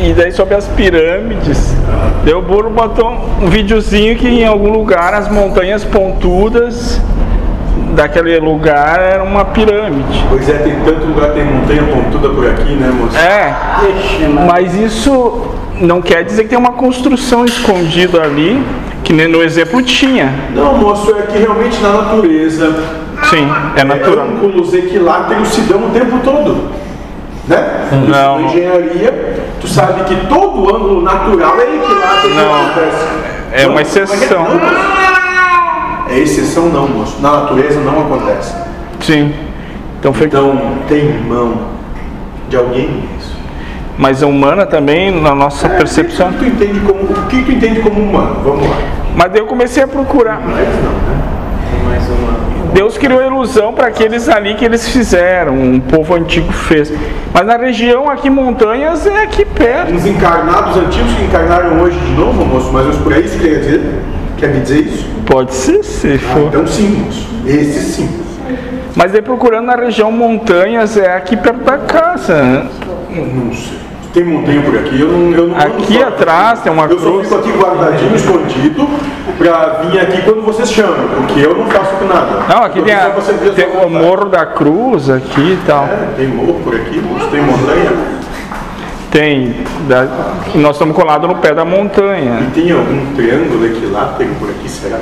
E daí sobre as pirâmides, deu o Buro botou um videozinho que em algum lugar as montanhas pontudas daquele lugar era uma pirâmide. Pois é, tem tanto lugar, tem montanha pontuda por aqui, né, moço? É, mas isso não quer dizer que tem uma construção escondida ali, que nem no exemplo tinha. Não, moço, é que realmente na natureza Sim, é natural. ângulos equiláteros se dão o tempo todo. Né? Tu Hum. Não. estuda engenharia, tu sabe que todo ângulo natural é equilátero. Não. que acontece. É uma exceção. Não, moço. É exceção não, moço. Na natureza não acontece. Sim. Então foi Então tem mão de alguém nisso. Mas a humana também, na nossa É, percepção. O que tu entende como, o que tu entende como humano? Vamos lá. Mas daí eu comecei a procurar. Mas não, né? Mais uma. Deus criou a ilusão para aqueles ali que eles fizeram, um povo antigo fez. Mas na região aqui, montanhas é aqui perto. Uns encarnados antigos que encarnaram hoje de novo, moço, mas os por aí isso quer dizer? Quer me dizer isso? Pode ser, se Ah, for. então sim, moço. Esse sim. Mas daí procurando na região montanhas é aqui perto da casa. né? Não sei. Tem montanha por aqui, eu não. Eu não Aqui eu não- atrás tem uma Eu só cruz. fico aqui guardadinho, escondido, pra vir aqui quando vocês chamam, porque eu não faço com nada. Não, aqui Eu tem, a- só você ver a tem sua o vontade. Morro da Cruz aqui e tal. É, tem morro por aqui, moço, tem montanha. Tem. da- e nós estamos colados no pé da montanha. E tem algum triângulo equilátero por aqui, será?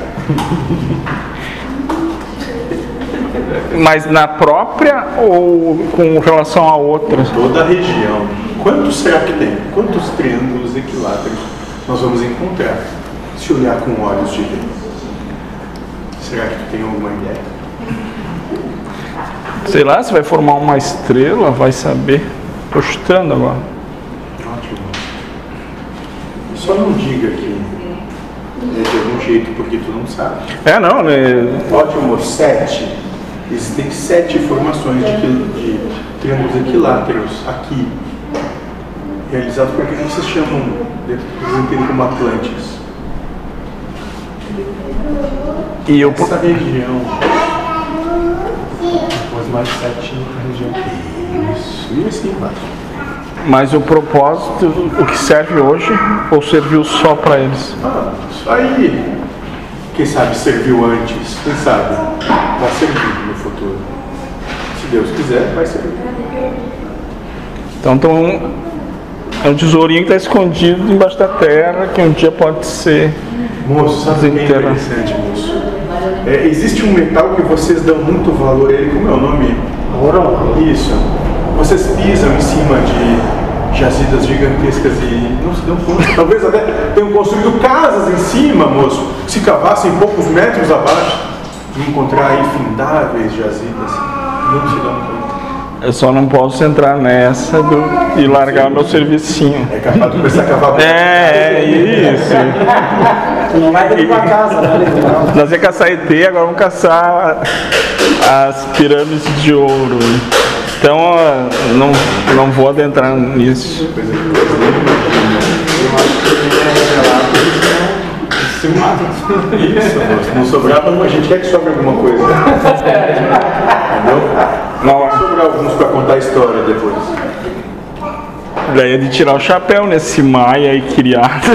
Mas na própria ou com relação a outras? Toda a região. Quantos será que tem? Quantos triângulos equiláteros nós vamos encontrar se olhar com olhos de Deus? Será que tu tem alguma ideia? Sei lá, se vai formar uma estrela, vai saber. Tô chutando agora. É Ótimo. Só não diga que é de algum jeito, porque tu não sabe. É, não, né? Ótimo, sete. Existem sete formações de, quil- de triângulos equiláteros aqui, realizados por aquilo que vocês chamam, dentro do que vocês entendem como Atlantes. E eu. Essa região. Depois mais sete na região. Isso, e assim embaixo. Mas o propósito, o que serve hoje, ou serviu só pra eles? Ah, isso aí. Quem sabe serviu antes, quem sabe vai servir no futuro. Se Deus quiser, vai servir. Então, então é um tesourinho que tá escondido embaixo da terra, que um dia pode ser. Moço, sabe o que é Inteira. interessante, moço? É, existe um metal que vocês dão muito valor a ele, como é o nome? Ouro. Isso. Vocês pisam em cima de jazidas gigantescas e não se dão conta. Talvez até tenham construído casas em cima, moço, se cavassem poucos metros abaixo e encontrar infindáveis jazidas. Não se dão conta. Eu só não posso entrar nessa do- e largar o meu servicinho. É capaz de começar a cavar. É, é isso. Não vai ter uma casa, né? Nós ia caçar ET, agora vamos caçar as pirâmides de ouro. Então, ó, não, não vou adentrar nisso. Isso, moço. Não sobrar pra a gente quer que sobre alguma coisa. Entendeu? Não, Sobrar alguns pra contar a história depois. daí é de tirar o chapéu nesse maia aí criado.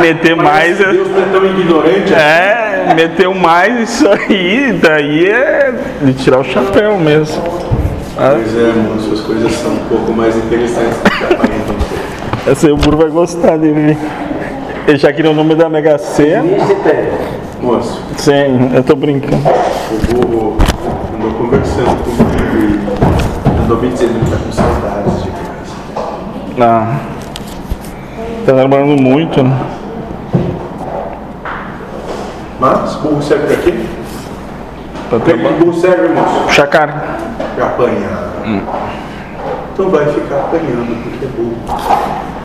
meter mais. Mas Deus não é tão ignorante. É, meteu mais isso aí, daí é de tirar o chapéu mesmo. Pois é, moço, as coisas são um pouco mais interessantes do que então. aparentam ser. Essa aí o Buru vai gostar de mim. Ele já queria o número da Mega Sena. Esse pé. Moço, Sim, eu tô brincando. o burro andou conversando comigo e andou me dizendo que tá com saudades de casa. Ah. Tá trabalhando muito, né? Mas, burro serve pra quê? Pra Pra que trabalhar. burro serve, moço? Puxar carga. pra apanhar. Então vai ficar apanhando porque é burro.